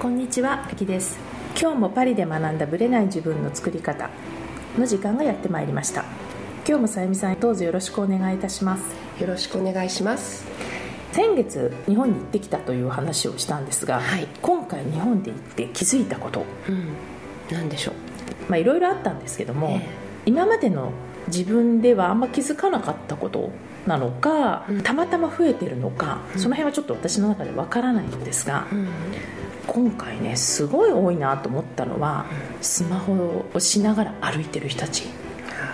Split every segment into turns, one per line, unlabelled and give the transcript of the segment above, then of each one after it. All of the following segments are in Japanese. こんにちは、あきです。今日もパリで学んだブレない自分の作り方の時間がやってまいりました。今日もさゆみさん、どうぞよろしくお願いいたします。
よろしくお願いします。
先月日本に行ってきたという話をしたんですが、
はい
今回日本で行って気づいたこと、
うん、なんでしょう。
まあいろいろあったんですけども、
ええ
今までの自分ではあんま気づかなかったことなのか、
うん
たまたま増えてるのか、
うん
その辺はちょっと私の中でわからないんですが、
うん、
今回ねすごい多いなと思ったのはスマホをしながら歩いてる人たち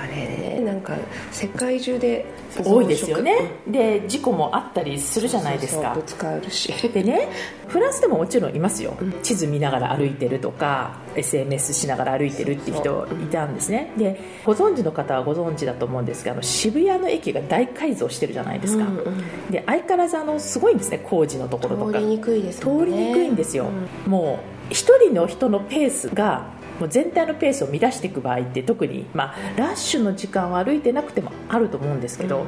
あれね、なんか世界中で
多いですよねで事故もあったりするじゃないですか
そうそうそうぶつかるし。
でねフランスでももちろんいますよ、
うん
地図見ながら歩いてるとか SNS しながら歩いてるって人いたんですねでご存知の方はご存知だと思うんですがあの渋谷の駅が大改造してるじゃないですか、
うんうん
で相変わらずあのすごいんですね工事のところと
通
か
りにくいですも
通
ね。
りにくいんですよ、もう一人の人のペースがもう全体のペースを乱していく場合って特に、まあ、ラッシュの時間は歩いてなくてもあると思うんですけど、
うん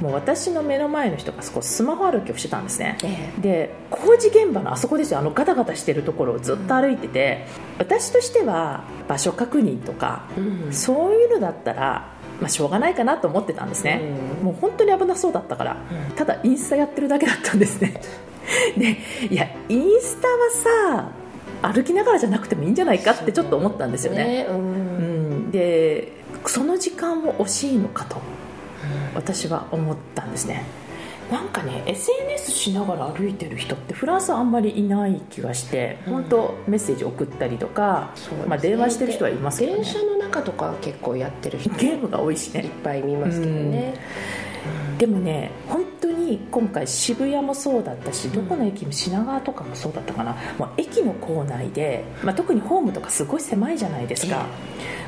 もう私の目の前の人がそこスマホ歩きをしてたんですね
うん。え
で工事現場のあそこですよあのガタガタしてるところをずっと歩いてて、私としては場所確認とか、
えうん
そういうのだったら、まあ、しょうがないかなと思ってたんですね、
うん
もう本当に危なそうだったから、
うん
ただインスタやってるだけだったんですねでいやインスタはさ歩きながらじゃなくてもいいんじゃないかってちょっと思ったんですよね
ね、う、
うんん、でその時間を惜しいのかと私は思ったんですねなんかね SNS しながら歩いてる人ってフランスはあんまりいない気がして
うん
本当メッセージ送ったりとか、
そうですね
まあ、電話してる人はいますけど、ね
電、車の中とか結構やってる人
ゲームが多いし
いっ
ね
ぱい見ますけどね。
でもね本当に今回渋谷もそうだったしどこの駅も品川とかもそうだったかな、もう駅の構内で、まあ、特にホームとかすごい狭いじゃないですか、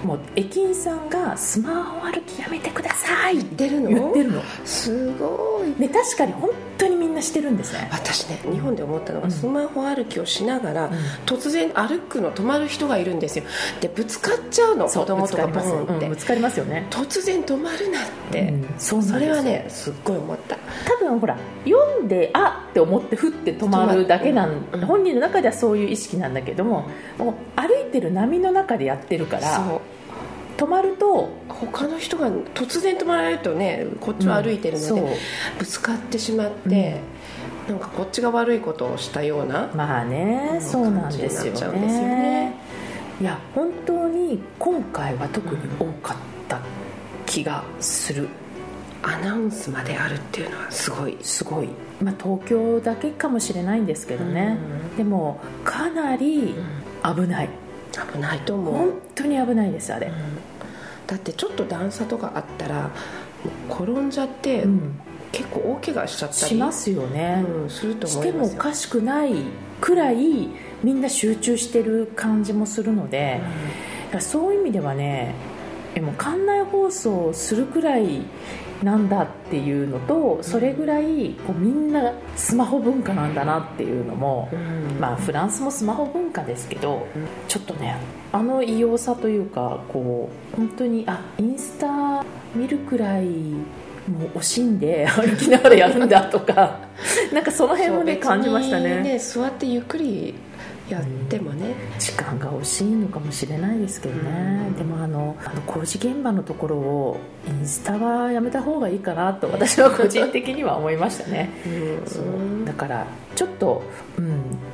もう駅員さんが「スマホ歩きやめてください」って
出るの？
言ってるの
すごい。
で確かに本当にみんなしてるんですね、
私ね日本で思ったのが、
うん
スマホ歩きをしながら、突然歩くの止まる人がいるんですよでぶつかっちゃうの
そう
子供とかボンって、
ぶつかりますようんぶつかりますよね
突然止まるなって、
うんそうなんです
そ
よ
れはねすっごい思った
多分ほら読んであって思ってふって止まるだけなん、
うん
本人の中ではそういう意識なんだけどももう歩いてる波の中でやってるから
そう
止まると
他の人が突然止まられるとねこっちは歩いてるので、
うんそう
ぶつかってしまって、なんかこっちが悪いことをしたような、
まあね、
うん
そうなんですよ
感じになっちゃ
ね
うんですよね
いや本当に今回は特に多かった気がする
アナウンスまであるっていうのはすごい
すごい、まあ、東京だけかもしれないんですけどね、でもかなり危ない
うん危ないと思う
本当に危ないですあれ、
だってちょっと段差とかあったら転んじゃって、
うん
結構大怪我しちゃったり
しますよね、
うん、すると
し
思
て
いま
も
す
お
よ
かしくないくらいみんな集中してる感じもするので、だからそういう意味ではねでも館内放送をするくらいなんだっていうのとそれぐらいこうみんなスマホ文化なんだなっていうのも、
うん
まあ、フランスもスマホ文化ですけど、
うん
ちょっとねあの異様さというかこう本当にあインスタ見るくらいもう惜しんで歩きながらやるんだと かなんかその辺をね
そう
感じました
別
ね
にね座ってゆっくりやってもね、
時間が惜しいのかもしれないですけどね、
うん
でもあのあの工事現場のところをインスタはやめた方がいいかなと私は個人的には思いましたね
うん
そうだからちょっと、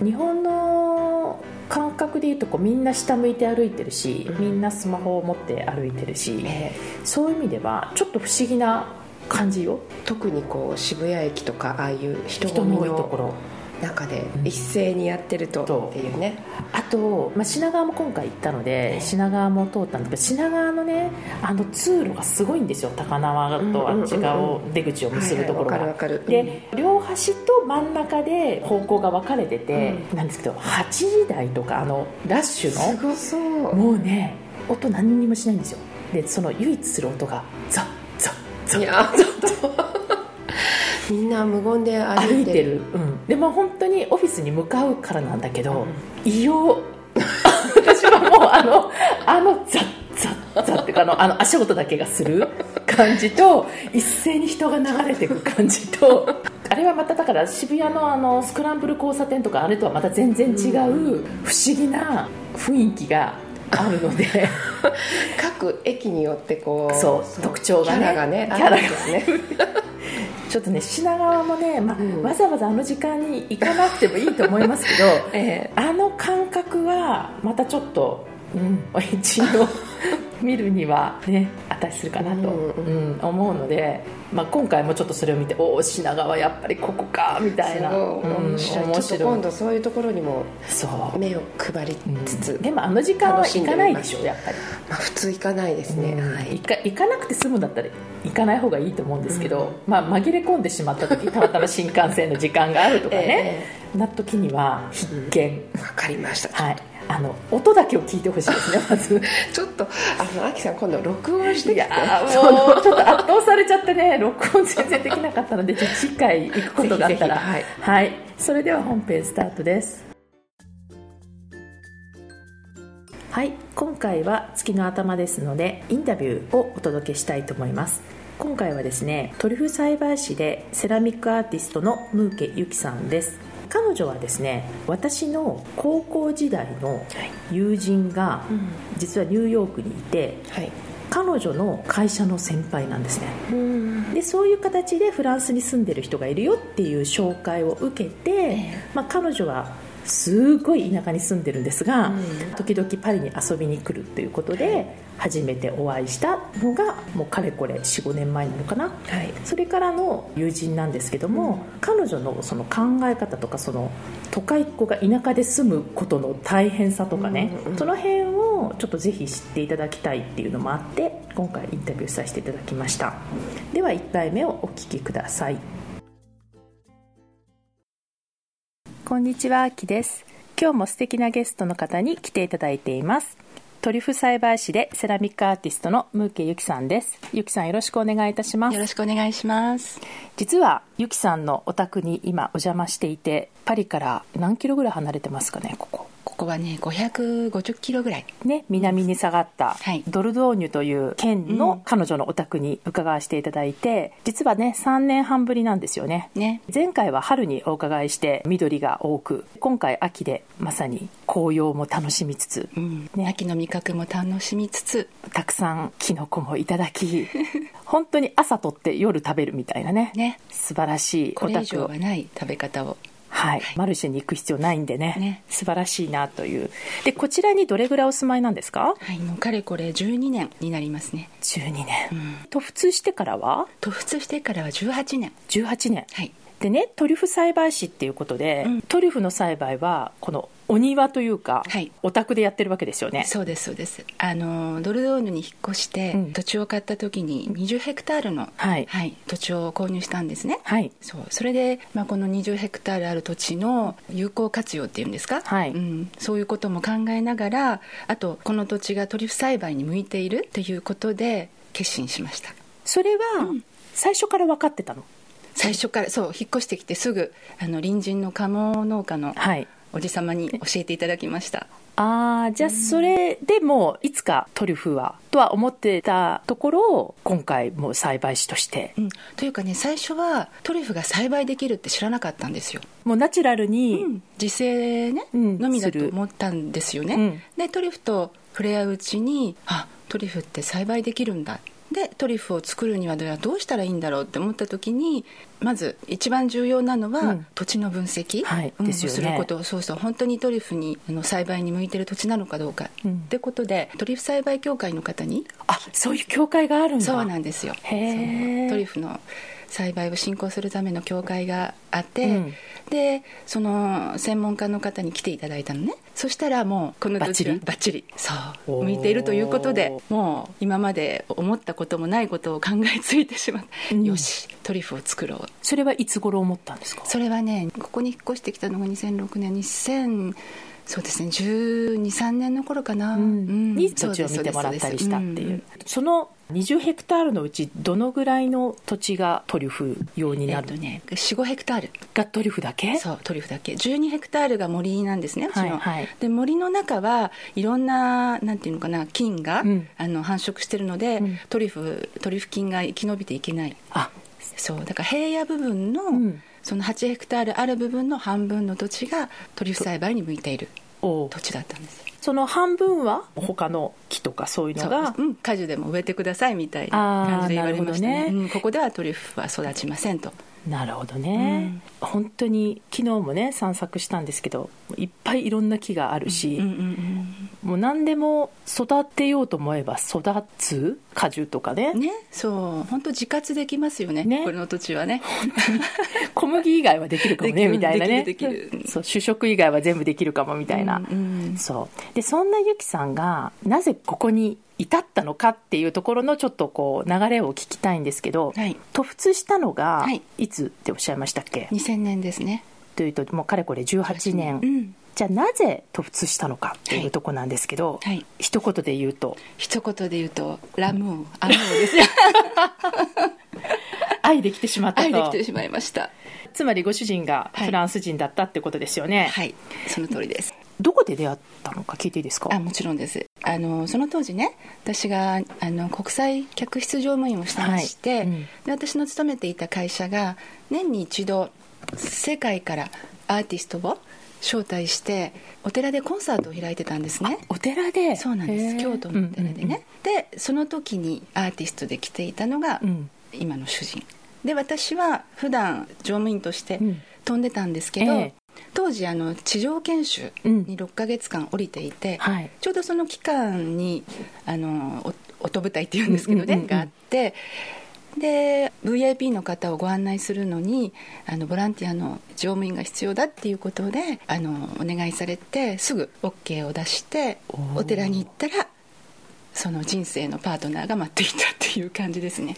うん、日本の感覚でいうとこうみんな下向いて歩いてるし、
うん
みんなスマホを持って歩いてるし、
え
そういう意味ではちょっと不思議な感じよ
ー特にこう渋谷駅とかああいう人
人
混み
の多いとこ
の
ろ
中で
うん
一斉にやってる
そう
とっていうね、
あと、まあ、品川も今回行ったので品川も通ったんですけど品川のねあの通路がすごいんですよ高輪
うんうん
と
うんう
あ
ん
っち側を出口を結ぶところ
はいはい
が
わかるわかる
で両端と真ん中で方向が分かれてて、なんですけど8時台とかあのラッシ
うんす
ュ
ごそう
のもうね音何にもしないんですよでその唯一する音がザッザッザ
い
ッ
やちょっとみんな無言で
歩
歩
い
い
て
て
る
る、
うん、でも本当にオフィスに向かうからなんだけど、
うん
異様私はもうあのあのザッザッザッっていうかあのあの足音だけがする感じと一斉に人が流れていく感じとあれはまただから渋谷のあのスクランブル交差点とかあれとはまた全然違う不思議な雰囲気があるので
各駅によってこう
そう特徴がね
キャラがね
キャラが
あるんですね
ちょっとね品川もね、まあ
うん
わざわざあの時間に行かなくてもいいと思いますけど
え
あの感覚はまたちょっと、うん、一応 見るにはね値するかなと、う
う
ん
ん
思うので、まあ、今回もちょっとそれを見ておお品川やっぱりここかみた
え
い
す
な
ごい面白い,、
うん
ちょっと今度そういうところにも
そう、
目を配りつ
う
つ、
んでもあの時間は行かないでしょやっぱり
まあ、普通行かないですね、
うん
はい
行か行かなくて済むんだったら行かない方がいいと思うんですけど、まあ、紛れ込んでしまった 時たまたま新幹線の時間があるとかね、な時には必見、
ええわかりました、
はい、あの音だけを聞いてほしいですねまず
ちょっとあの秋さん今度録音して
い
きて
や ーもうちょっと圧倒されちゃってね録音全然できなかったのでちょっと次回行くことがあったら
ぜひぜ
はい、それでは本編スタートですはい今回は月の頭ですのでインタビューをお届けしたいと思います今回はですねトリュフ栽培師でセラミックアーティストのムーケユキさんです彼女はですね私の高校時代の友人が
うん
実はニューヨークにいて
はい、
彼女の会社の先輩なんですね
うん
でそういう形でフランスに住んでる人がいるよっていう紹介を受けて、まあ、彼女はすごい田舎に住んでるんですが、
うん
時々パリに遊びに来るということで初めてお会いしたのがもうかれこれ45年前なのかな
はい
それからの友人なんですけども、彼女のその考え方とかその都会っ子が田舎で住むことの大変さとかね、
うんうん
その辺をちょっとぜひ知っていただきたいっていうのもあって今回インタビューさせていただきましたでは1回目をお聞きくださいこんにちは、あきです。今日も素敵なゲストの方に来ていただいています。トリュフ栽培師でセラミックアーティストのムーケユキさんです。ユキさんよろしくお願いいたします
よ。ろしくお願いします。
実はゆきさんのお宅に今お邪魔していてパリから何キロぐらい離れてますかねここ
ここはね、550キロぐらい。
ね南に下がった
はい
ドルドーニュという県
うん
の彼女のお宅に伺わせていただいて実はね3年半ぶりなんですよね
ね。
前回は春にお伺いして緑が多く今回秋でまさに紅葉も楽しみつつ
うん。
ね
秋の味覚も楽しみつつ、
たくさんキノコもいただき本当に朝取って夜食べるみたいなね
ね。
素晴らしい
こ
お
れ以
宅
上
を
はない食べ方を。
はい、マルシェに行く必要ないんでね
ね
素晴らしいなというでこちらにどれぐらいお住まいなんですか
はい。もうかれこれ12年になりますね。
12年、
うん。
と普通してからは
と普通してからは18年。
18年
はい。
でねトリュフ栽培師っていうことで、
うん
トリュフの栽培はこのお庭というか、
はい
お宅でやってるわけですよね
そうです、そうです。あの、ドルドーヌに引っ越して、
うん
土地を買った時に20ヘクタールの、
はい
はい、土地を購入したんですね。
はい
そうそれで、まあ、この20ヘクタールある土地の有効活用っていうんですか、
はい
うん、そういうことも考えながらあとこの土地がトリュフ栽培に向いているということで決心しました
それは、最初から分かってたの
最初からそう引っ越してきてすぐあの隣人の鴨農家の
はい
おじ様に教えていただきました
ああじゃあそれでもういつかトリュフはとは思ってたところを今回もう栽培師として
うん、というかね最初はトリュフが栽培できるって知らなかったんですよ、
もうナチュラルに、
自生、ね
うん
のみだ
す
と
る
思ったんですよね、
うん
でトリュフと触れ合ううちにあトリュフって栽培できるんだでトリュフを作るにはどうしたらいいんだろうって思った時にまず一番重要なのは、
うん
土地の分析、
はい
うん
ですよね
することそうそう本当にトリュフにあの栽培に向いてる土地なのかどうか、
うん
ってことでトリュフ栽培協会の方に
あそういう教会があるんだ
そうなんですよ
へー
そうトリュフの栽培を進行するための協会があって、
うん
でその専門家の方に来ていただいたのねそしたらもうこの土地はバッチリそ
お
う
ー
向いているということでもう今まで思ったこともないことを考えついてしまった、
うん
よしトリュフを作ろう
それはいつ頃思ったんですか
それはねここに引っ越してきたのが2006年2000そうですね1 2 3年の頃かな、うん
に土地を見てもらったりしたっていう、
ん
その20ヘクタールのうちどのぐらいの土地がトリュフ用に
え
な
っ
る、
とね45ヘクタール
がトリュフだけ
そうトリュフだけ12ヘクタールが森なんですねうち
はい
の、
はい
で森の中はいろんななんていうのかな菌が、
うん
あの繁殖してるので、
うん
トリュフトリュフ菌が生き延びていけない
あ
そうだから平野部分の、
うん
その8ヘクタールある部分の半分の土地がトリュフ栽培に向いている
おう
土地だったんです
その半分は他の木とかそういう
そ
の
う
が
うん、果樹でも植えてくださいみたいな感じで言われました
あーな
ね
るほど
うんここではトリュフは育ちませんと
なるほどね、本当に昨日もね散策したんですけどいっぱいいろんな木があるし、
うんうんうん
もう何でも育てようと思えば育つ果樹とかね
ねそう本当自活できますよね
ね
これの土地はね
小麦以外はできるかも
で
ね
きる
みたいなね
できるできる
そう主食以外は全部できるかもみたいな、
うんうん
そうでそんなゆきさんがなぜここに至ったのかっていうところのちょっとこう流れを聞きたいんですけど、
はい
突出したのが
はい
いつっておっしゃいましたっけ、
2000年ですね
というともうかれこれ18年、
うん
じゃあなぜ突出したのかっていうとこなんですけど、
はい
一言で言うと
一言で言うとラムーアムー ですね
愛できてしまった
愛でき
と
てしまいました
つまりご主人が
はい
フランス人だったってことですよね、
はいその通りです
どこで出会ったのか聞いていいですか
あもちろんですあのその当時ね私があの国際客室乗務員をしてまして、
はいうん
で私の勤めていた会社が年に一度世界からアーティストを招待してお寺でコンサートを開いてたんですね
お寺で
そうなんです
へー
京都のお寺でね、でその時にアーティストで来ていたのが
うんうんうん
今の主人で私は普段乗務員として
うん
飛んでたんですけど、
ええ
当時あの地上研修に6ヶ月間降りていて、
はい
ちょうどその期間にあのお音舞台っていうんですけどね、
うんうんうん
があってで VIP の方をご案内するのにあのボランティアの乗務員が必要だっていうことであのお願いされてすぐ OK を出して
おー
お寺に行ったらその人生のパートナーが待っていたっていう感じですね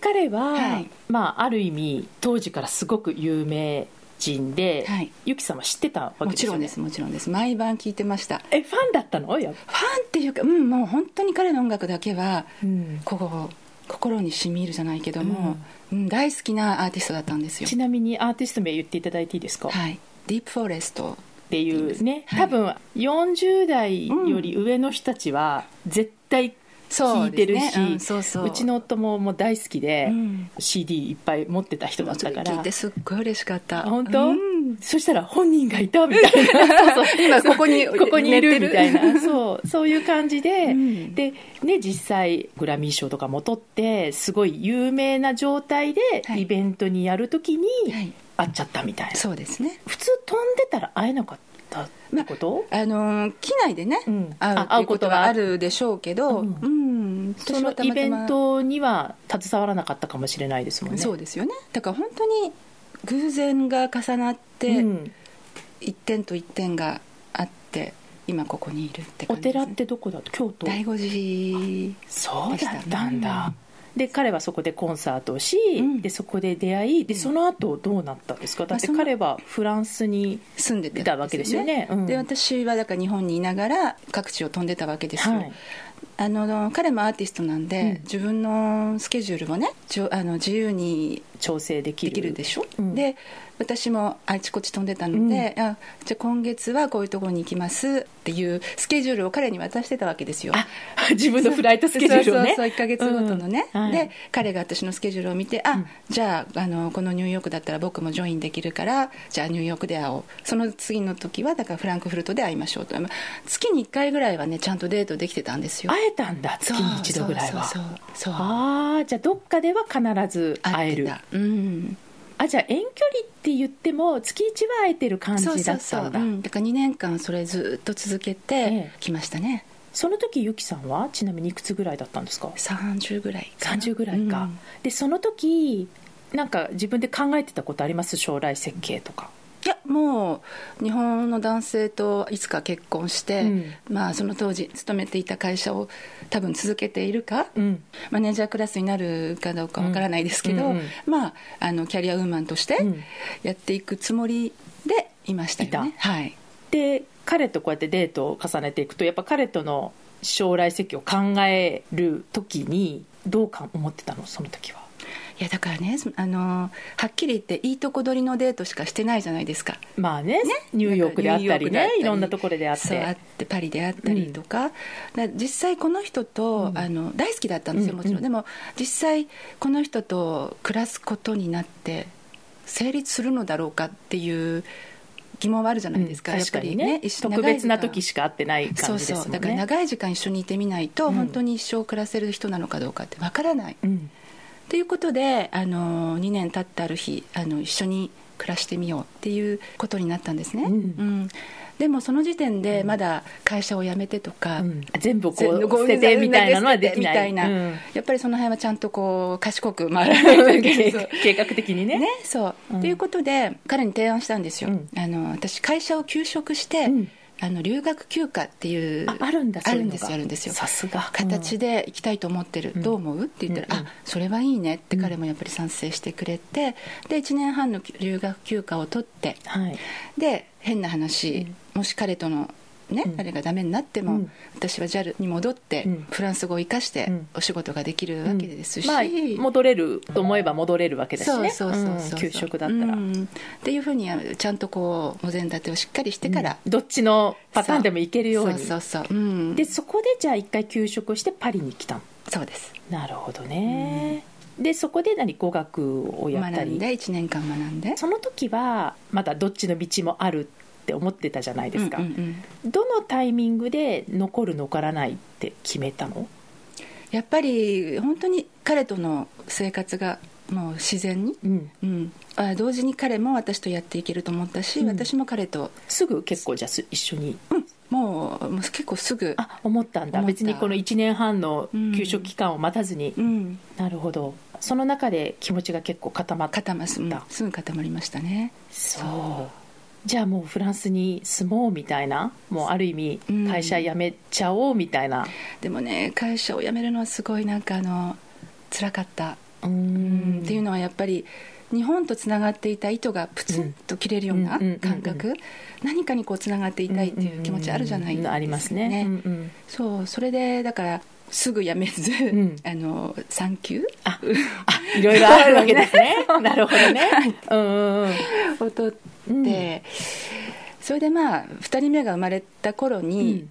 彼は、
はい
まあ、ある意味当時からすごく有名人で、
はい
ゆきさんは知ってたわけ
も
です
ち
よ
ろん
ね
ですもちろんです毎晩聞いてました
えファンだったのやっぱ
ファンっていうかうんもう本当に彼の音楽だけは
うん
こう心に染み入るじゃないけども、うん大好きなアーティストだったんですよ
ちなみにアーティスト名言っていただいていいですか、っ
はい、ディープフォレスト
ていうね、
はい
多分40代より上の人たちは絶対聞いてるし
そうですねうんそうそう
ちの夫ももう大好きで、
うん
CD いっぱい持ってた人だっ
そ
た
れ
か
聞い
ら
てすっごい嬉しかった
あ本当、
うん
そしたら本人がいたみたいなそうそう
今ここ に
ここにいるみたい
寝て
な
る
そうそういう感じで、
うん
でね実際グラミー賞とかも取ってすごい有名な状態で
はい
イベントにやるときに
はい
会っちゃったみたいな、
そうですね
普通飛んでたら会えなかったってこと、
あのー機内でね、
うん
会う
あ
っていうことはあ
会う
るでしょうけ
う
ど、うんん
そのイベン、トには携わらなかったかもしれないですもんね
そうですよねだから本当に偶然が重なって、
うん
一点と一点があって今ここにいるって
お
感じです、ね、
寺ってどこだと京都
醍醐寺
そうだったん
でした
だ、で彼はそこでコンサートをし、
うん
でそこで出会いで
うん
その後どうなったんですかだって
まあその
彼はフランスに
住んで
い
て
たわけですよね、うん
で私はだから日本にいながら各地を飛んでたわけですよ、
はい、
あの彼もアーティストなんで、
うん
自分のスケジュールをねじょあの自由に
調整できる
できるでしょ、
うん
で私もあちこち飛んでたので、あじゃあ今月はこういうところに行きますっていうスケジュールを彼に渡してたわけですよ
あ 自分のフライト スケジュールをね
そうそうそう1か月ごとのね、
うんはい
で彼が私のスケジュールを見てあ、じゃああのこのニューヨークだったら僕もジョインできるからじゃあニューヨークで会おうその次の時はだからフランクフルトで会いましょうとまあ月に1回ぐらいはねちゃんとデートできてたんですよ
会えたんだ月に一度ぐらいは
そうそうそうそう
ああじゃあどっかでは必ず会える
てたうん
あじゃあ遠距離って言っても月一は会えてる感じだ
そ
った
うん
だ
そ
そう
そう、うん、だから2年間それずっと続けて
ええ
きましたね、
の時ゆきさんはちなみにいくつぐらいだったんですか
30ぐらいかな
30ぐらいか、
うん
でその時なんか自分で考えてたことあります将来設計とか
いやもう日本の男性といつか結婚して、
うん
まあ、その当時勤めていた会社を多分続けているか、
うん
マネージャークラスになるかどうかわからないですけど、
うんうんうん
まあ、あのキャリアウーマンとして
うん
やっていくつもりでいましたよね。
い
はい
で彼とこうやってデートを重ねていくとやっぱ彼との将来設計を考える時にどうか思ってたのその時はい
やだからねそあのはっきり言っていいとこ取りのデートしかしてないじゃないですか
まあねニューヨークであったり
な
ね
んかニューヨークであったり
いろんなところであっ
そうあっててパリであったりとか,、だ実際この人と、あの大好きだったんですよもち
う
ろん、
んうん
でも実際この人と暮らすことになって成立するのだろうかっていう疑問はあるじゃないですか、
うん
やっ
確か
ぱり
に
ね
ね
一緒
特別な
長い時間
時しか会ってない
そ
感
う
じですもんね
そうだから長い時間一緒にいてみないと、
うん
本当に一生暮らせる人なのかどうかってわからない
うん
ということであの2年経ったある日あの一緒に暮らしてみようっていうことになったんですね、
うん
んでもその時点でまだ会社を辞めてとか、
うん全部こ
全部こ
う
う
捨ててみたいなのはでき
み
ない
たいな
うん
やっぱりその辺はちゃんとこう賢く回らないといけない
計 画計画的にね
ねそう、
うん
ということで彼に提案したんですよ、
うん
あの私会社を休職して、
うん
あの留学休暇っていう
ああるんだそういうのが
あるんですよあるんですよ
さすが
形で行きたいと思ってる、
うん
どう思うって言ったら、
うんうん
あそれはいいねって彼もやっぱり賛成してくれてで1年半の留学休暇を取って
はい
で変な話、もし彼とのね、
うん
あれがダメになっても、
うん
私は JAL に戻って、
うん
フランス語を生かして
うん
お仕事ができるわけですし、
まあ戻れると思えば戻れるわけだしね
そうそうそうそう、
うん給食だったら
うんっていうふうにちゃんとこうお膳立てをしっかりしてから、
うんどっちのパターンでもいけるように
そうそうそう、うん、
でそこでじゃあ一回休職してパリに来たの
そうです
なるほどね、でそこで何語学をやった
学ん
り
で1年間学んで
その時はまだどっちの道もあるって思ってたじゃないですか、
うんうんうん
どのタイミングで残る残らないって決めたの
やっぱり本当に彼との生活がもう自然に、
うん
うん、あ同時に彼も私とやっていけると思ったし、
うん
私も彼と
すぐ結構じゃあす一緒に
もうもう結構すぐ、
あ思ったんだ
思った
別にこの1年半の休職期間を待たずに、
うん、
なるほどその中で気持ちが結構固まった
固ます、うんすぐ固まりましたね
そうじゃあもうフランスに住もうみたいなもうある意味
うん
会社辞めちゃおうみたいな
でもね会社を辞めるのはすごいなんかあの辛かった
う
う
ん
んっていうのはやっぱり日本とつながっていた糸がプツンと切れるような
うんうんうんうん
感覚何かにこうつながっていたいっていう気持ちあるじゃないですか、
ありますねうんうん
そうそれでだからすぐ辞めず、
ん
あの産休
ああいろいろあるわけです ねなるほどねうんうん
を取って、
うん
それでまあ2人目が生まれた頃に、
うん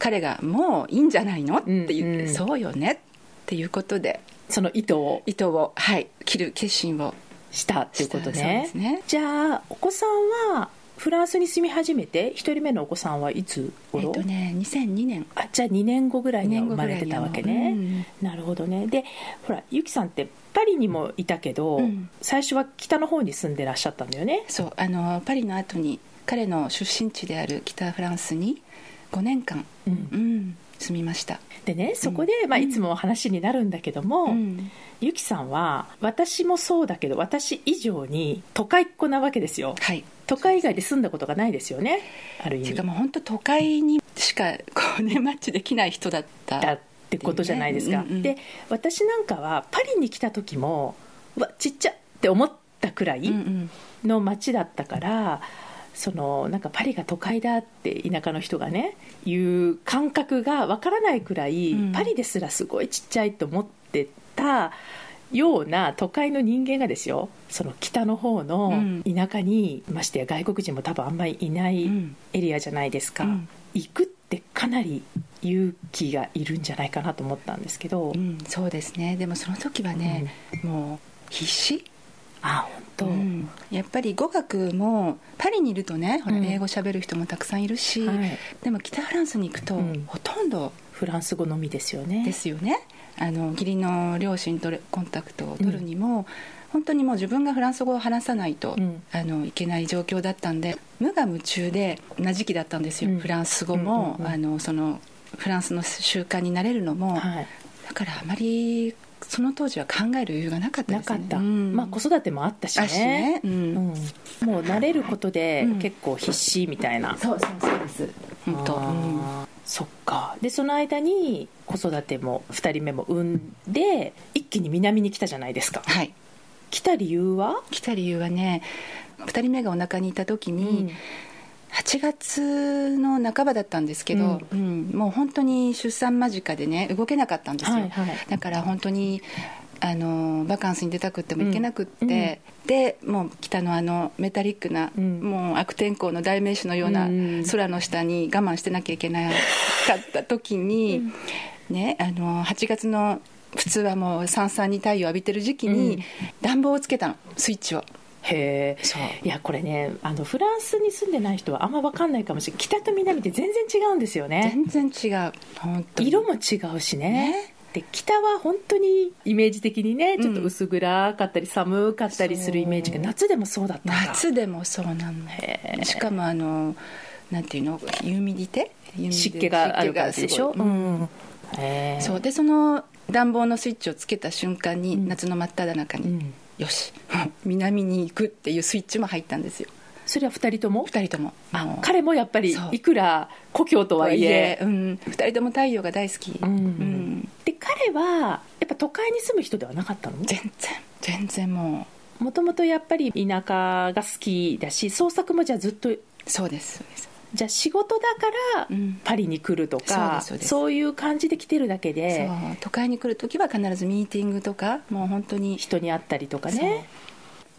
彼が「もういいんじゃないの?」って言って「
うんうん
そうよね」っていうことで
その意図を
糸を、はい、切る決心を
したっていうこと
したそうで
ね
すね
じゃあお子さんはフランスに住み始めて一人目のお子さんはいつ
えっ
頃、
とね2002年
あじゃあ2年後ぐらい
2
には生
年後
ま
ぐら
れ
い
て
に
た
は
わ
もう
けね、
うん
なるほどねでほらゆきさんってパリにもいたけど、
うん
最初は北の方に住んでらっしゃったんだよね
そうあのパリの後に彼の出身地である北フランスに5年間、
うん
うん、住みました、
でねそこで、まあ、いつもお話になるんだけども、
うん
ゆきさんは私もそうだけど私以上に都会っ子なわけですよ
はい
都会以外で住んだことがないですよねある意
ていう
味
かもう本当都会にしかこうねマッチできない人だった
だってことじゃないですか、
うんうん
で私なんかはパリに来た時もうわちっちゃって思ったくらい、
うんうん
の街だったからそのなんかパリが都会だって田舎の人がねいう感覚がわからないくらい、
うん
パリですらすごいちっちゃいと思ってたような都会の人間がですよその北の方
う
の
ん
田舎に、ましてや外国人も多分あんまりいない
うん
エリアじゃないですか、
うん
行くってかなり勇気がいるんじゃないかなと思ったんですけど、
うんそうですねでもその時はね、もう必死
あ本当、
うんやっぱり語学もパリにいるとねほら
うん
英語喋る人もたくさんいるし、
はい
でも北フランスに行くと、
うん
ほとんど
フランス語のみですよね
ですよねあの義理の両親とコンタクトを取るにも、本当にもう自分がフランス語を話さないと、
うん
あのいけない状況だったんで無我夢中でな時期だったんですよ、
うん
フランス語も、
うんうんうん
あのそのフランスの習慣になれるのも、
はい
だからあまりその当時は考える余裕がなかった
な
です
か
ね
った、
うん
まあ子育てもあったしね
あしねうん
うんもう慣れることで
うん
結構必死みたいな、
そうそうそうです本当、
あ
うん
ーそっかでその間に子育ても2人目も産んで一気に南に来たじゃないですか
はい
来た理由は、
来た理由はね2人目がお腹にいた時に、8月の半ばだったんですけど、うんもう本当に出産間近でね動けなかったんですよ、
はいはい
だから本当にあのバカンスに出たくっても行けなくって、
うん
でもう北のあのメタリックな、
うん
もう悪天候の代名詞のような
うん
空の下に我慢してなきゃいけなかった時に、ねあの8月の普通はもうさんさんに太陽浴びてる時期に、
うん
暖房をつけたのスイッチを。
へえ
そう
いやこれねあのフランスに住んでない人はあんま分かんないかもしれない北と南って全然違うんですよね
全然違う本当に
色も違うしね
ね
で北は本当にイメージ的にねちょっと薄暗かったり寒かったりするイメージが、
そう
夏でもそうだったんだ
夏でもそうなの
へえ
しかもあのなんていうのユーミディテユーミディテ
湿気がある感じでしょ
湿気がすごいうん
へえ
そうでその暖房のスイッチをつけた瞬間に、夏の真っ只中に、
うん
よし 南に行くっていうスイッチも入ったんですよ
それは2人とも
2人とももう
彼もやっぱり
そう
いくら故郷と
と
は
はいい
え
え、うん、2人とも太陽が大好き、
うん
うん
で彼はやっぱ都会に住む人ではなかったの
全然全然も
もともとやっぱり田舎が好きだし創作もじゃあずっと
うそうですそうです
じゃあ仕事だから
うん
パリに来るとか、
そうですそうです
そういう感じで来てるだけで
そう都会に来る時は必ずミーティングとかもう本当に
人に会ったりとか
そう
ね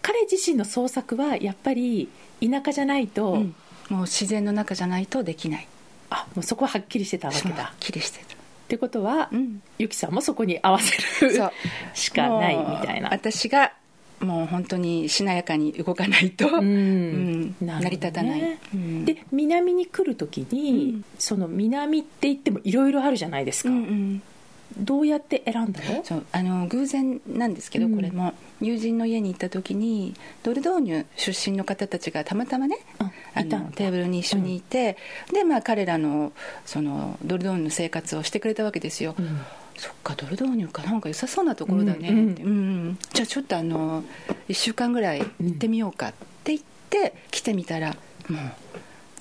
彼自身の創作はやっぱり田舎じゃないと、
うんもう自然の中じゃないとできない
あもうそこははっきりしてたわけ
そう
だ
きりして
ってことは、
た、うん、
ゆきさんもそこに合わせる
そう
しかないみたい
もう
な。
私がもう本当にしなやかに動かないと、
う
うん
なるほどね
成り立たない、うん
で南に来る時に、
うん
その南って言ってもいろいろあるじゃないです
う
か、
んうん
どうやって選んだの
そうあの偶然なんですけど、
うん
これも友人の家に行った時にドルドーニュ出身の方たちがたまたまね
あ
あ
いたん
の
だ
テーブルに一緒にいて、でまあ彼らのそのドルドーニュの生活をしてくれたわけですよ、
うん
そっかドルドーニュかなんか良さそうなところだね、
うん
ってうんじゃあちょっとあの1週間ぐらい行ってみようかって言って来てみたらもう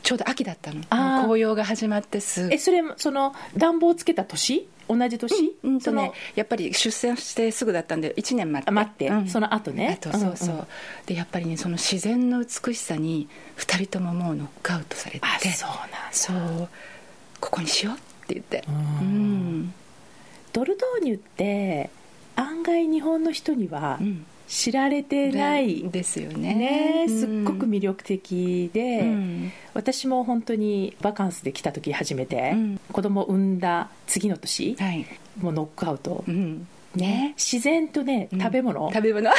ちょうど秋だったの
あー
もう紅葉が始まってすっ
えそれその暖房つけた年同じ年、
うん
そ
と
の、
ねやっぱり出産してすぐだったんで1年待って
あ待って、
うん
その後ね
あとそうそう、
んん
でやっぱりねその自然の美しさに2人とももうノックアウトされて
あそうなんだ
そうここにしようって言って
う
うんん
ドルドーニュって案外日本の人には
うん
知られてない、
ですよね
ね
うん
すっごく魅力的で、
うん
私も本当にバカンスで来た時初めて、
うん
子供を産んだ次の年、
はい
もうノックアウト、
うん
ね自然とね
うん
食べ物、
食べ物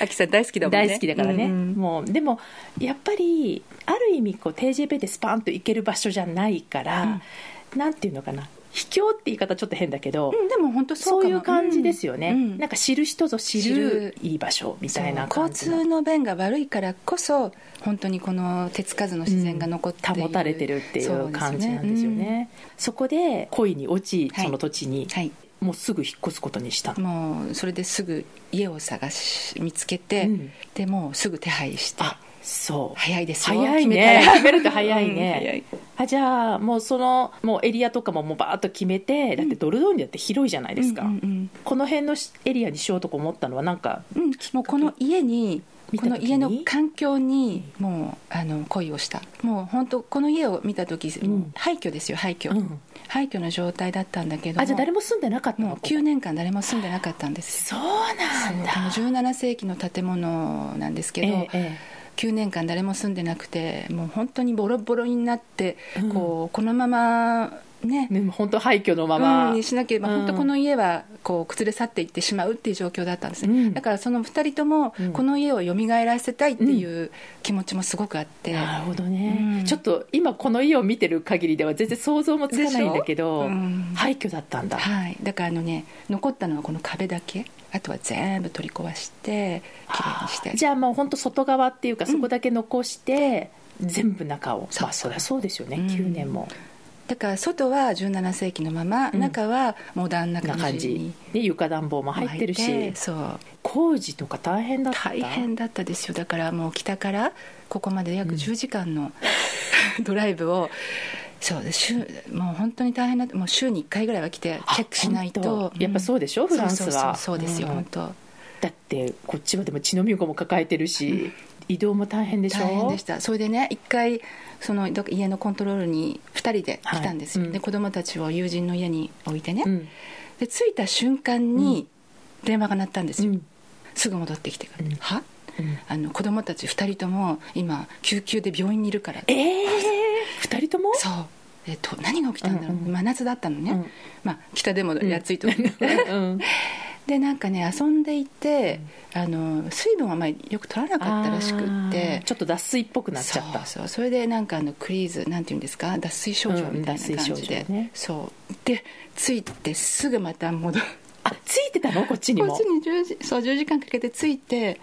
あきさん大好きだもんね
大好きだからね、
うん
もうでもやっぱりある意味こう TJP でスパンと行ける場所じゃないから、なんていうのかな秘境って言い方ちょっと変だけど、
うんでも本当
そう
か
い
も
う感じですよね、
うん
なんか知る人ぞ知る
知る
いい場所みたいな
そう
感じ
交
の
通の便が悪いからこそ本当にこの手つかずの自然が残っている
保たれてるってい
そうです
感じなんですよねそこで恋に落ち
はい
その土地に、
うんはい
もうすぐ引っ越すことにしたの、
もうそれですぐ家を探し見つけて、
うん
でもうすぐ手配して
あそう
早いですよ
早い
決め
ね
たら
決めると早いね、
うん早い
あじゃあもうそのもうエリアとかももうバーッと決めてだってドルドーニだって広いじゃないですか、
うんうんうん
この辺のしエリアにしようとか思ったのはなんか
うんもうこの家に
見た
こ
時に
の家の環境にもうあの恋をしたもう本当この家を見た時、
ん
もう廃墟ですよ廃墟、
うん
廃墟の状態だったんだけども
あじゃあ誰も住んでなかった
もう
の
9年間誰も住んでなかったんですよ
そうなんだ
この17世紀の建物なんですけど、
えええ
9年間誰も住んでなくてもう本当にボロボロになって、
うん
こうこのままね
え、ねもう本当廃墟のまま、
うんにしなければ、
うん
本当この家はこう崩れ去っていってしまうっていう状況だったんですね、
うん
だからその2人とも
うん
この家を蘇らせたいっていう気持ちもすごくあって、
なるほどね、
うん
ちょっと今この家を見てる限りでは全然想像もつかないんだけど、
うん
廃墟だったんだ、
はい、だからあのね残ったのはこの壁だけあとは全部取り壊してきれいにして
じゃあもう本当外側っていうかそこだけ残して、全部中を
そう
まあそりゃそうですよね、
うん
9年も
だから外は17世紀のまま、
うん
中はモダンな
な
感
感
じ
じ
に
で床暖房も入ってる
入っ
して
そう
工事とか大変だった
大変だったですよだからもう北からここまで約10時間の、 ドライブをそう週もう本当に大変だったもう週に1回ぐらいは来て
あ
チェックしない
本
と
当やっぱそうでしょ
うん
フランスは
そうそうそうそうですよ、
うん
本当
だってこっちはでも血のみ子も抱えてるし移動も大変でしょ
大変でしたそれでね一回そのどっか家のコントロールに2人で来たんですよ、
はいうん
で子供たちを友人の家に置いてね、
うん
で着いた瞬間に電話が鳴ったんです
う
よ、
ん
すぐ戻ってきてから、
うん
は
うん
あの子供たち2人とも今救急で病院にいるから
ええ二人とも
そうえっと何が起きたんだろう、
うんうん
真夏だったのね、
うん
まあ北でも暑いと、
うん
でなんかね遊んでいて、あの水分はまあよく取らなかったらしくって
あーちょっと脱水っぽくなっちゃった
そうそうそれでなんかあのクリーズなんていうんですか脱水症状みたいな感じ
うん脱水症
で、
状ね
そうでついてすぐまた戻る
あついてたのこっちに
こ
も
っちに 10, 時そう10時間かけてついて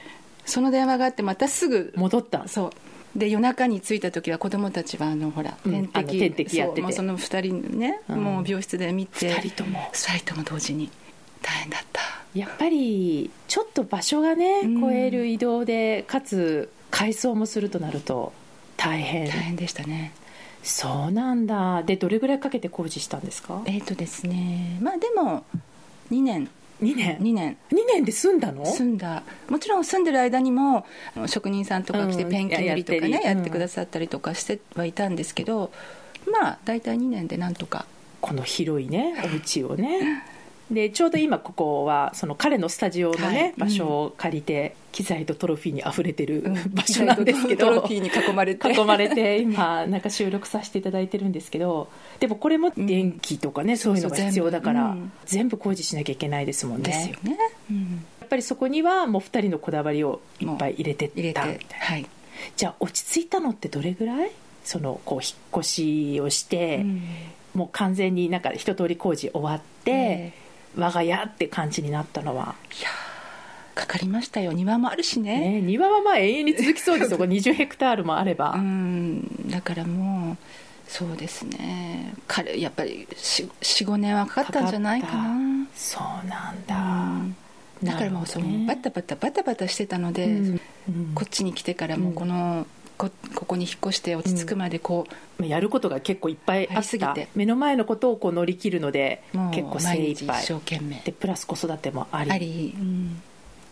その電話があってまたすぐ
戻ったん
そうで夜中に着いた時は子供たちはあのほら
うん
点
あの
滴,、
点滴やってて
そうもうその2人ね、
うん
もう病室で見て
二人とも
2人とも同時に大変だった
やっぱりちょっと場所がね
うん
超える移動でかつ改装もするとなると大変
大変でしたね
そうなんだでどれぐらいかけて工事したんですか
えっ、とですねまあでも2年
2年
2年
2年で済んだの
住んだもちろん住んでる間にもあの職人さんとか来て
うん
ペンキ塗りとかね、
ややってる
や
うん
ってくださったりとかしてはいたんですけどまあ大体2年でなんとか
この広いねお家をねでちょうど今ここはその彼のスタジオのね、
はい
場所を借りて機材とトロフィーにあふれてる
うん
場所なんですけ
トロ
ど
フィーに囲まれて
囲まれて今なんか収録させていただいてるんですけどでもこれも電気とかね、そういうのが必要だから
そう
全
そう
部,、
全部
工事しなきゃいけないですもんね
ですよね、うん
やっぱりそこにはもう2人のこだわりをいっぱい入れてった
入れ
み
て
たいな
はい、
じゃあ落ち着いたのってどれぐらいそのこう引っ越しをして、もう完全になんか一通り工事終わって、
え
我が家って感じになったのは、
かかりましたよ庭もあるしね
ね、庭はまあ永遠に続きそうですよこれ20ヘクタールもあれば、
うんだからもうそうですね彼やっぱり45年はかかったんじゃないかな
そうなんだ、
うんだからもうその
な
バ
るほどね
タバタバタバタしてたので、
うんうん
こっちに来てからも
う
うんこの、こここに引っ越して落ち着くまでこう、
まあやることが結構いっぱいあっ
ありすぎ
た
て
目の前のことをこう乗り切るので
も
結構
う
精
毎
一
日一
杯
生懸命
でプラス子育てもあり
あり、うん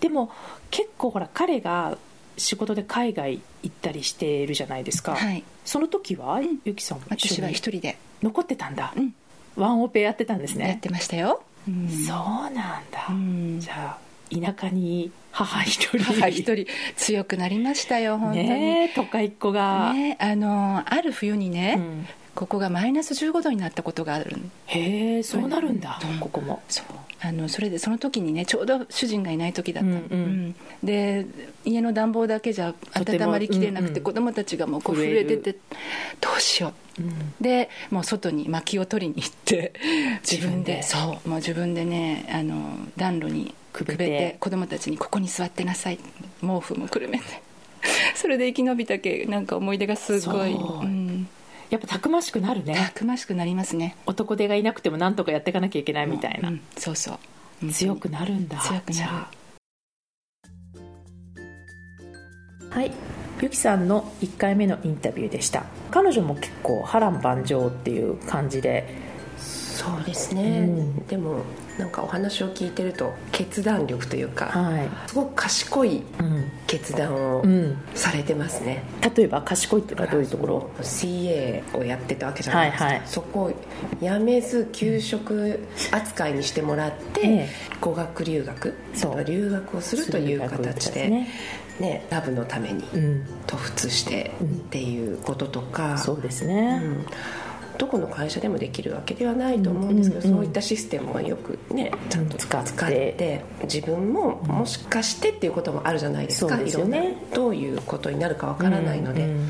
でも結構ほら彼が仕事で海外行ったりしているじゃないですか、
はい
その時は、
ん
ゆきさんも一
私
緒
は
に
一人で
残ってたんだ、
うん
ワンオペやってたんです
やっ
ね
てましたよ、うん
そうなんだ、
うん
じゃあ田舎に母一人
母一人強くなりましたよ本当にね
ねえ都会っ子が、
あのある冬にね、
うん
ここがマイナス15度になったことがあるん
へえそうなるんだ、
うん
ここも
そうあのそれでその時にねちょうど主人がいない時だったの、
うんうん
うんで家の暖房だけじゃ
とて
温
も
まりきれなくて
うんうん
子供たちがもうこう
震え
震
る
えててどうしよう
うん
でもう外に薪を取りに行って自分で
自
そうもう自分でねあの暖炉に
くべ
くべ
て
て子供たちに「ここに座ってなさい」毛布もくるめて それで生き延びたけなんか思い出がすごい、
そう
うん
やっぱたくましくなる
た
ね
くましくなりますね
男手がいなくてもなんとかやっていかなきゃいけないみたいな、
うんそうそう本当に
強くなるんだ
強くなる
じゃあはいゆきさんの1回目のインタビューでした彼女も結構波乱万丈っていう感じで
そうですね、
うん
でもなんかお話を聞いてると決断力というか
は
すごく賢い
い、うん
決断を
うん、
されてますね、
例えば賢いっていうのはどういうところ
CA をやってたわけじゃないですか、
はいはい
そこを辞めず給食扱いにしてもらって、
ええ
語学留学
そう
留学をするという形でね
ね
ラブのために
うん
突出してっていうこととか、
そうです
う
ね、
んどこの会社でもできるわけではないと思うんですけど、
うんうんうん
そういったシステムはよくねちゃんと
使
使
っ
ってて自分ももしかしてっていうこともあるじゃないですか
そうですよね
いろんなどういうことになるかわからないので、
うん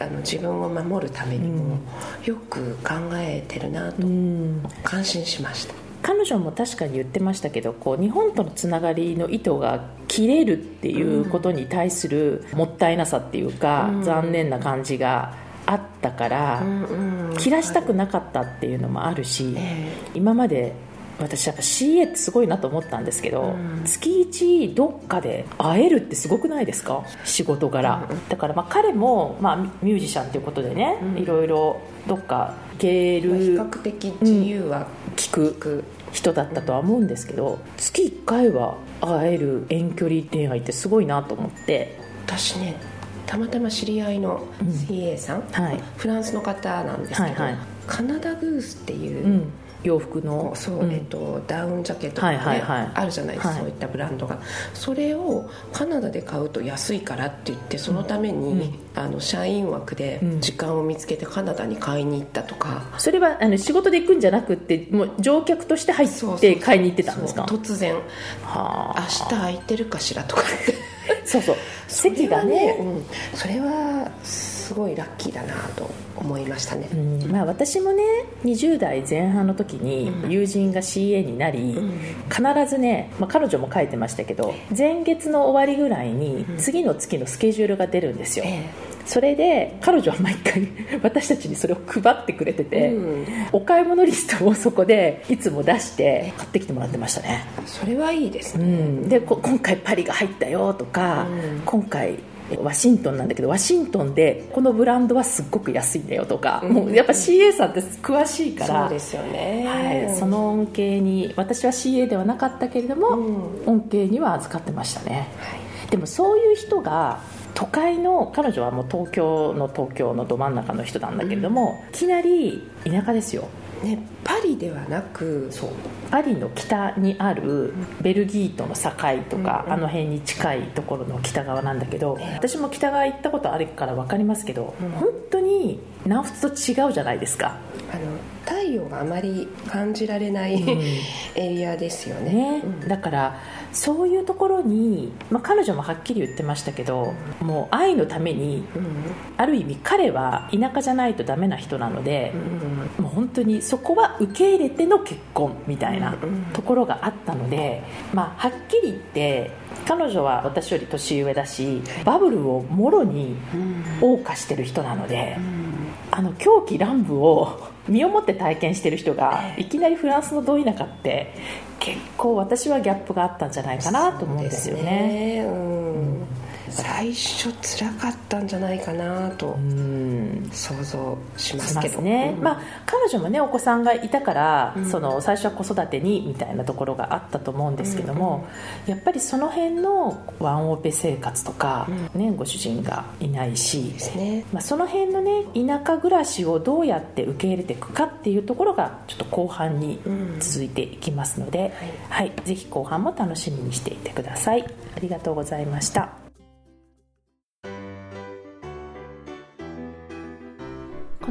あの自分を守るために
う
も
ん
よく考えてるな
う
と
ん
感心しました、
彼女も確かに言ってましたけどこう日本とのつながりの糸が切れるっていうことに対するもったいなさっていうか、
うん
残念な感じがあったから、
うんうん
切らしたくなかったっていうのもあるし、
え
今まで私やっぱ CA ってすごいなと思ったんですけど、
うん
月1どっかで会えるってすごくないですか仕事柄、
うん
だからまあ彼も、まあ、ミュージシャンっていうことでね、
うん
いろいろどっか行け
え比
る
較的自由は
聞く
利く、
人だったとは思うんですけど月1回は会える遠距離恋愛ってすごいなと思って
私ねたまたま知り合いの
うん
CA さん、
はい
フランスの方なんですけど、
はいはい
カナダグースっていうう、
ん洋服の
そう、
うん
えっと、ダウンジャケットとか、ね
はいはいはい
あるじゃないですか、
はい
そういったブランドがそれをカナダで買うと安いからって言ってそのために、あの社員枠で
うん
時間を見つけてカナダに買いに行ったとか、
それはあの仕事で行くんじゃなくってもう乗客として入
そう
っ
そう
て買いに行ってたんですか
そう突然
は
明
あ
日空いてるかしらとかって
そう そう席がね
うん、それはすごいラッキーだなと思いましたね、
うんまあ、私もね20代前半の時に友人が CA になり、
ん
必ずね、まあ、彼女も書いてましたけど前月の終わりぐらいに次の月のスケジュールが出るんですよ、
え
それで彼女は毎回 私たちにそれを配ってくれて
え
て、お買い物リストをそこでいつも出して買ってきてもらってましたね、
それはいいです
う
ね、
ん、でこ今回パリが入ったよとか、
う
今
ん
回ワシントンなんだけどワシントンでこのブランドはすっごく安いんだよとか、
うん
もうやっぱ CA さんって詳しいか
そ
ら
うですよね、
はい、その恩恵に私は CA ではなかったけれど
う
も、
ん
恩恵には預かってましたね
はい
でもそういう人が都会の彼女はもう東京の東京のど真ん中の人なんだけれども、いきなり田舎ですよ
ね、パリではなく
そうパリの北にあるベルギーとの境とか、
うんうん
あの辺に近いところの北側なんだけど、
ね
私も北側行ったことあるから分かりますけど、
うん
本当に南仏と違うじゃないですか、
あの太陽があまり感じられない、 エリアですよね
ね
うん
だからそういうところに、まあ、彼女もはっきり言ってましたけどもう愛のために
うん
ある意味彼は田舎じゃないとダメな人なので
う、ん
もう本当にそこは受け入れての結婚みたいな
うん
ところがあったので、まあ、はっきり言って彼女は私より年上だしバブルをもろに
うん
謳歌してる人なので
うん
あの狂気乱舞を 身をもって体験してる人がいきなりフランスのど田舎って結構私はギャップがあったんじゃないかなと思うんですよ
そう
ね。
ですねうん最初つらかったんじゃないかなと
うん
想像しま
し
す
ま
け
す
ど
ね、
うん
まあ、彼女もねお子さんがいたから、
うん
その最初は子育てにみたいなところがあったと思うんですけども、やっぱりその辺のワンオペ生活とか、ね、ご主人がいないし、
ですね
まあ、その辺のね田舎暮らしをどうやって受け入れていくかっていうところがちょっと後半に
うん
続いていきますので、はいぜひ後半も楽しみにしていてくださいありがとうございましたこ